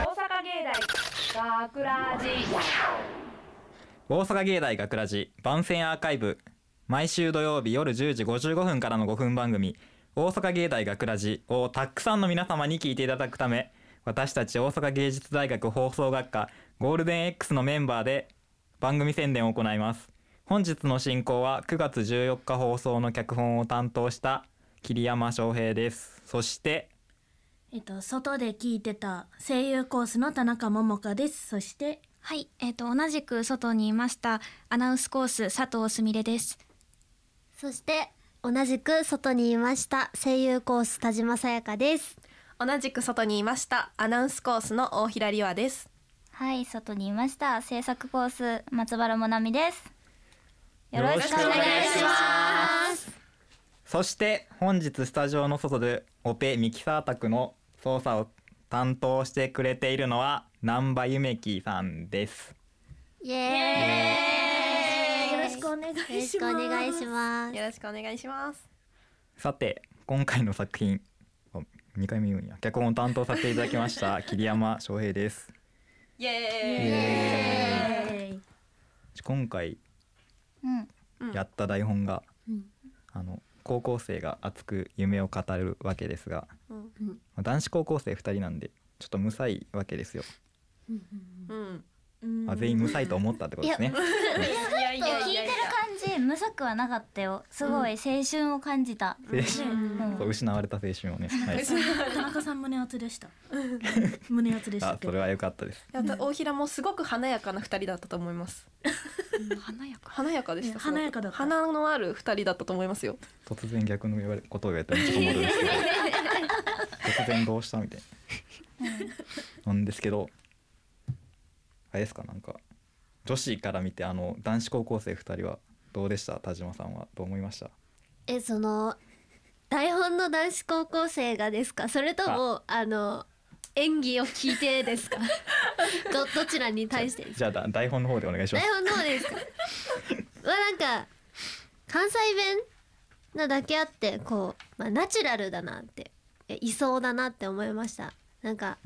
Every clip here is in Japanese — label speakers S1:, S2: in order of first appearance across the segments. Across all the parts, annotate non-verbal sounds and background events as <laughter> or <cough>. S1: 大学ラジ
S2: 大阪芸大学ラジ番宣アーカイブ毎週土曜日夜10時55分からの5分番組大阪芸大学ラジをたくさんの皆様に聞いていただくため私たち大阪芸術大学放送学科ゴールデン X のメンバーで番組宣伝を行います本日の進行は9月14日放送の脚本を担当した桐山翔平ですそして
S3: えっと、外で聞いてた声優コースの田中桃香です。そして、
S4: はい、えっ、と同じく外にいましたアナウンスコース佐藤すみれです。
S5: そして同じく外にいました声優コース田島さやかです。
S6: 同じく外にいましたアナウンスコースの大平里和です
S7: はい、外にいました。制作コース松原もなみです。
S2: よろしくお願い
S5: します。
S2: そして本日スタジオの外でオペミキサー宅の操作を担当してくれているのは南波ゆめきさんです。
S5: イエーイ。
S3: よろしくお願いします
S5: よろしくお願いします。
S6: よろしくお願いします
S2: さて今回の作品あ2回目言うんや脚本を担当させていただきました桐山翔平です。
S6: イエ
S2: 今回
S7: うん。
S6: ーイ
S2: やった台本が、あの高校生が熱く夢を語るわけですが、
S6: うん
S2: まあ男子高校生2人なんでちょっとむさいわけですよ。
S6: うん
S2: あ全員むさいと思ったってことですね。
S6: いやいや
S7: 聞いてる感じ、無くはなかったよ。すごい青春を感じた。
S2: 青春
S7: うん
S2: そう失われた青春をね。はい
S3: 田中さん胸熱でした。胸熱でした
S2: あ
S3: け
S2: そ
S3: ど。
S2: れは良かったです。
S6: やった大平もすごく華やかな二人だったと思います
S4: 華やか。
S6: 華やかでし
S3: ね
S6: た
S3: 華やかだった
S6: 花のある二人だったと思いま
S3: <laughs>
S6: すよ
S2: 突然逆の言われことを言われてめっちゃ戸惑うんですけど突然どうしたみたいな。なんですけどあれですかなんか女子から見てあの男子高校生二人はどうでした田島さんはどう思いました
S5: えその台本の男子高校生がですかそれともあの演技を聞いてで
S2: <laughs>
S5: すかどどちらに対してですか
S2: じゃあだ台本の方でお願いしま
S5: 台
S2: す。
S5: 本の方ですかはなんか関西弁なだけあってこう、まあ、ナチュラルだなってえいそうだなって思いましたなんか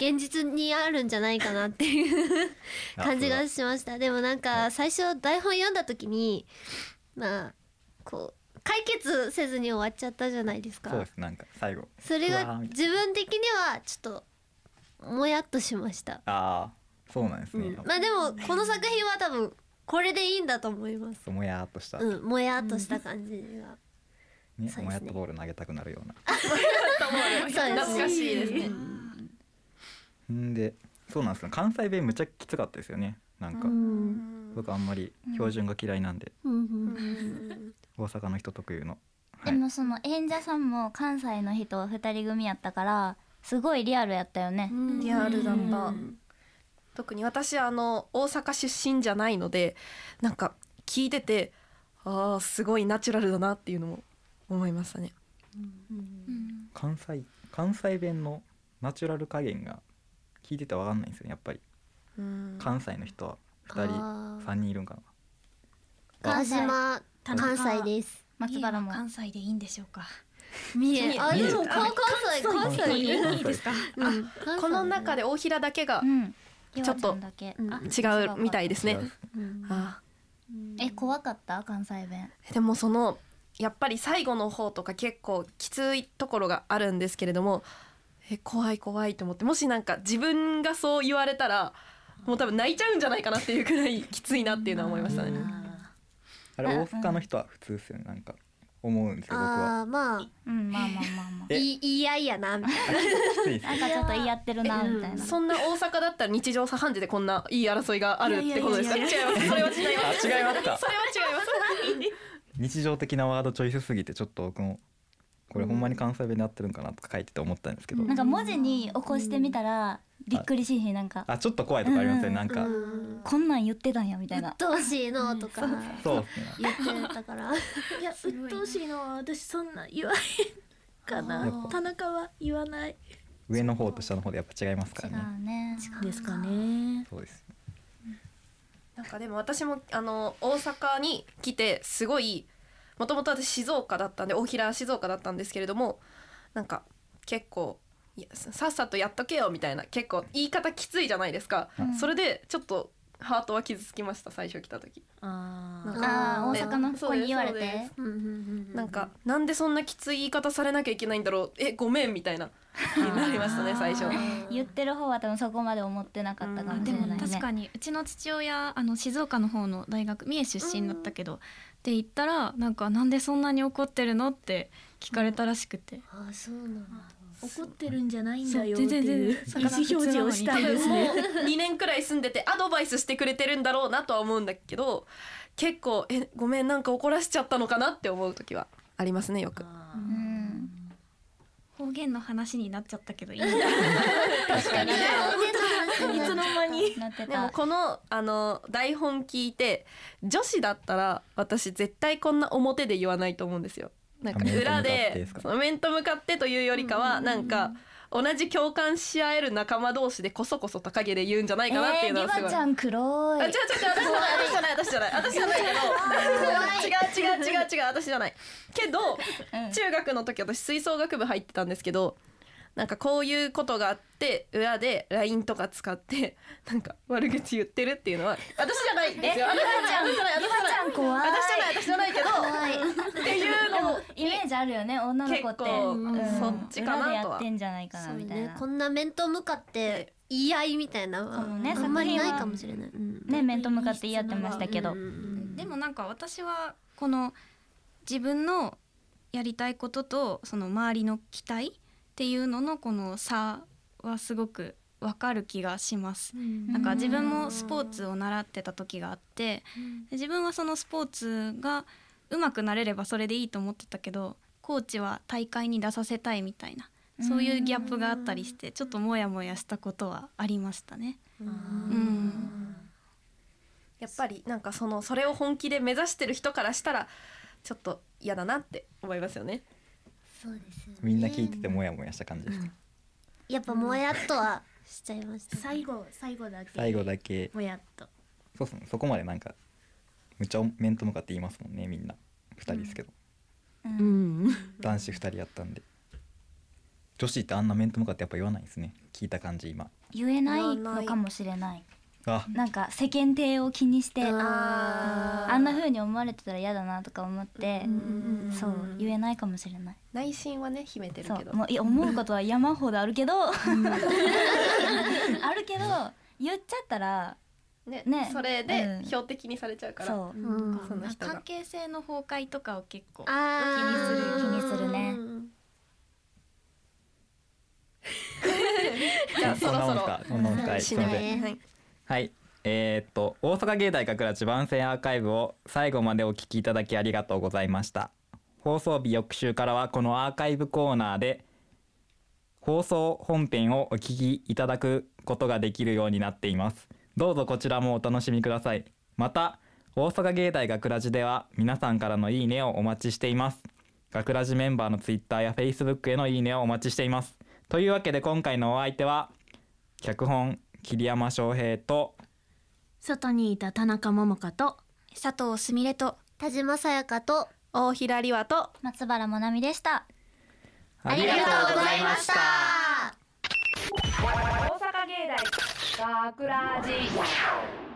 S5: 現実にあるんじゃないかなっていう
S2: あ
S5: 感じ
S2: それ
S5: が
S2: は
S5: しましたでもなん
S2: は
S5: か最初台本読んだ時にまあこう解決せずに終わっちゃったじゃないですか
S2: そうですなんか最後。
S5: それ
S2: うわ
S5: が
S2: ーみたい
S5: 自分的にはちょっともやっとしました、
S2: なああそうなんです
S5: う
S2: ね。
S5: ん、まあでもこの作品は多分これでいいんだと思います
S2: もやーっとした、
S5: うん、もやっとした感じが。
S2: ね
S5: そうですね
S2: もやっとボール投げたくなるような。
S5: そうです
S6: 懐かしいですね
S2: んでそうなんですよ関西弁むちゃきつかったですよねなんか、
S5: うん
S2: 僕あんまり標準が嫌いなんで、
S5: うん
S2: 大阪の人特有の、は
S7: で
S2: い、
S7: もその演者さんも関西の人二人組やったから、すごいリアルやったよね。
S5: うん
S6: リアルだった特に私あの大阪出身じゃないのでなんか聞いててああすごいナチュラルだなっていうのも思いましたね
S2: 関西関西弁のナチュラル加減が聞いててわかんないんですよねやっぱり
S6: うん
S2: 関西の人は2人、
S5: あー
S2: 3人いるんかな
S5: 川島
S3: 田中
S5: 関西です。
S7: 松原も。
S4: 関西でいいんでしょうか。
S5: 三重。あ、
S2: 三重
S5: でも関西関西。
S2: いいですか
S5: うん
S6: この中で大平だけが
S7: うん。
S6: ちょっ
S7: ゆ
S6: と
S7: わゃんだけ
S5: うん
S7: あ
S6: 違うみたいですね、あ
S7: え、怖かった関西弁。
S6: ーでもそのやっぱり最後の方とか結構きついところがあるんですけれどもえ怖い怖いと思ってもしなんか自分がそう言われたらもう多分泣いちゃうんじゃないかなっていうくらいきついなっていうのは思いましたね。
S2: あれ大阪の人は普通ですよねなんか思うんですよ僕は
S5: あー、まあ
S7: うん、まあまあまあまあ。
S2: え
S5: いいいいやいやなみたいな。
S2: き
S7: <laughs>
S2: ついです
S7: なんかちょっと言い合ってるなみたいな。
S6: そんな大阪だったら日常茶飯事でこんないい争いがあるってことですかね。違い <laughs> ます。それ
S2: あ
S6: は違います。
S2: 違いますか
S6: それは違います。
S2: 日常的なワードチョイスすぎてちょっと僕もこれほんまに関西弁で合ってるんかなとか書いてて思ったんですけど、
S7: なんか文字に起こしてみたらびっくりしいひんなんか
S2: あちょっと怖いとかありますね、なんか、
S5: うん
S7: こんなん言ってたんやみたいな。
S5: どうしいのとか
S2: そうですね
S5: 言ってたから。
S3: いや、鬱陶しいのは私そんな言わへんか
S2: やっ
S3: な。
S2: ぱ
S3: 田中は言わない。
S2: 上の方と下の方でやっぱ違いますか
S7: 違
S2: らね
S7: うね。
S3: ですかね。
S2: そうです
S6: なんかでも私もあの大阪に来てすごいもともと私静岡だったんで大平は静岡だったんですけれどもなんか結構いやささっさとやっとけよみたいな結構言い方きついじゃないですか、
S7: ん
S6: それでちょっとハートは傷つきました最初来た時
S3: あ
S6: なん
S3: ー
S6: か
S7: ああ
S5: あー
S7: 大阪の子に言われ
S6: そうですそうで
S7: て
S6: す
S5: うんうんうん
S6: なんかなんでそんなきつい言い方されなきゃいけないんだろうえごめんみたい <laughs> なになりましたね最初
S3: あ
S7: 言ってる方は多分そこまで思ってなかったかもし
S4: で
S7: れな
S4: も
S7: い
S4: 確
S7: ね
S4: かにうちの父親あの静岡の方の大学三重出身だったけど、って言ったらなんかなんでそんなに怒ってるのって聞かれたらしくて、
S5: あそうなんだ
S3: 怒ってるんじゃないんだよって
S4: そう全然
S3: いう
S4: 全
S3: 意
S4: 然
S3: 思表示をしたい
S6: もう
S3: です
S4: <laughs>
S3: ね。
S6: 2年くらい住んでてアドバイスしてくれてるんだろうなとは思うんだけど結構えごめんなんか怒らしちゃったのかなって思う時はありますねよく
S7: うん
S4: 方言の話になっちゃったけどいい
S5: 確かにね
S3: いつの間に
S7: なって
S6: でも
S7: た
S6: このあの台本聞いて女子だったら私絶対こんな表で言わないと思うんですよ。なんか
S2: あ面と向か
S6: 裏
S2: って
S6: で
S2: ですか
S6: そう面と向かってというよりかはなんか同じ共感し合える仲間同士でこそこそ高げで言うんじゃない
S7: え
S6: かなって
S7: ー
S6: いうの
S7: リ
S6: はすご
S7: バ
S6: い。
S7: ちゃん黒
S6: あ、違う違
S7: いう
S6: 違う私じゃない私じゃない私じゃない私じゃないけど違う違う違う違う私じゃないけど
S7: うん
S6: 中学の時私吹奏楽部入ってたんですけどなんかこういうことがあって裏で LINE とか使ってなんか悪口言ってるっていうのは私じゃないんですよ私じゃない私じゃない
S7: リバちゃん怖い
S6: 私じゃない私じゃないけどっていうのを
S7: イメージあるよね女の子って
S6: 結構
S7: うん
S6: そっちかなとは
S7: 裏でやってんじゃないか
S5: そ
S7: な
S5: う
S7: みたい
S5: ね
S7: な
S5: こんな面と向かって言い合いみたいなのは
S7: かもね
S5: あんまりないかもしれないうん
S7: ね面と向かって言い合ってましたけど
S5: うんうん
S4: でもなんか私はこの自分のやりたいこととその周りの期待っていうののこの差はすごくわかる気がします。なんか自分もスポーツを習ってた時があってで自分はそのスポーツが上手くなれればそれでいいと思ってたけどコーチは大会に出させたいみたいなそういうギャップがあったりしてちょっとモヤモヤしたことはありましたね。うん
S6: やっぱりなんかそのそれを本気で目指してる人からしたらちょっと嫌だなって思いますよね
S5: そうですよね
S2: みんな聞いててモヤモヤした感じですか、
S5: やっぱもやっとはしちゃいました
S3: 最後最後だけ。
S2: 最後だけ
S3: もやっと。
S2: そうっすねそこまでなんかむっちゃ面と向かって言いますもんねみんな2人ですけど、
S8: うん
S2: 男子2人やったんで女子ってあんな面と向かってやっぱ言わないですね聞いた感じ今
S7: 言えないのかもしれない
S2: あ
S7: なんか世間体を気にして
S5: あ
S7: あんな風に思われてたら嫌だなとか思ってそう言えないかもしれない
S6: 内心はね秘めてる
S7: そ
S6: けど
S7: うもういや思うことは山ほどあるけど <laughs> あるけど言っちゃったら
S6: ね
S7: ね
S6: それ
S7: う
S6: で
S7: ん
S6: 標的にされちゃうから、
S7: そう
S5: うん
S6: その人が
S4: 関係性の崩壊とかを結構
S5: あー
S7: 気にする気にするね
S6: じゃあそ
S2: ん
S6: ろ
S2: なも
S6: そ
S2: ん
S6: ろ
S2: かそんなもんかいす
S6: し
S2: いま
S6: な
S2: せん
S6: い、はい、
S2: はい。えーっと大阪芸大学ら地番線アーカイブを最後までお聞きいただきありがとうございました。放送日翌週からはこのアーカイブコーナーで放送本編をお聞きいただくことができるようになっています。どうぞこちらもお楽しみください。また大阪芸大学ラジでは皆さんからのいいねをお待ちしています。学ラジメンバーのツイッターやフェイスブックへのいいねをお待ちしています。というわけで今回のお相手は脚本桐山翔平と
S3: 外にいた田中桃香と
S4: 佐藤すみれと
S5: 田島さやかと
S6: 大平里和と
S7: 松原もなみでした
S2: あり
S5: ありがとうございました
S1: 大阪芸大学ラジ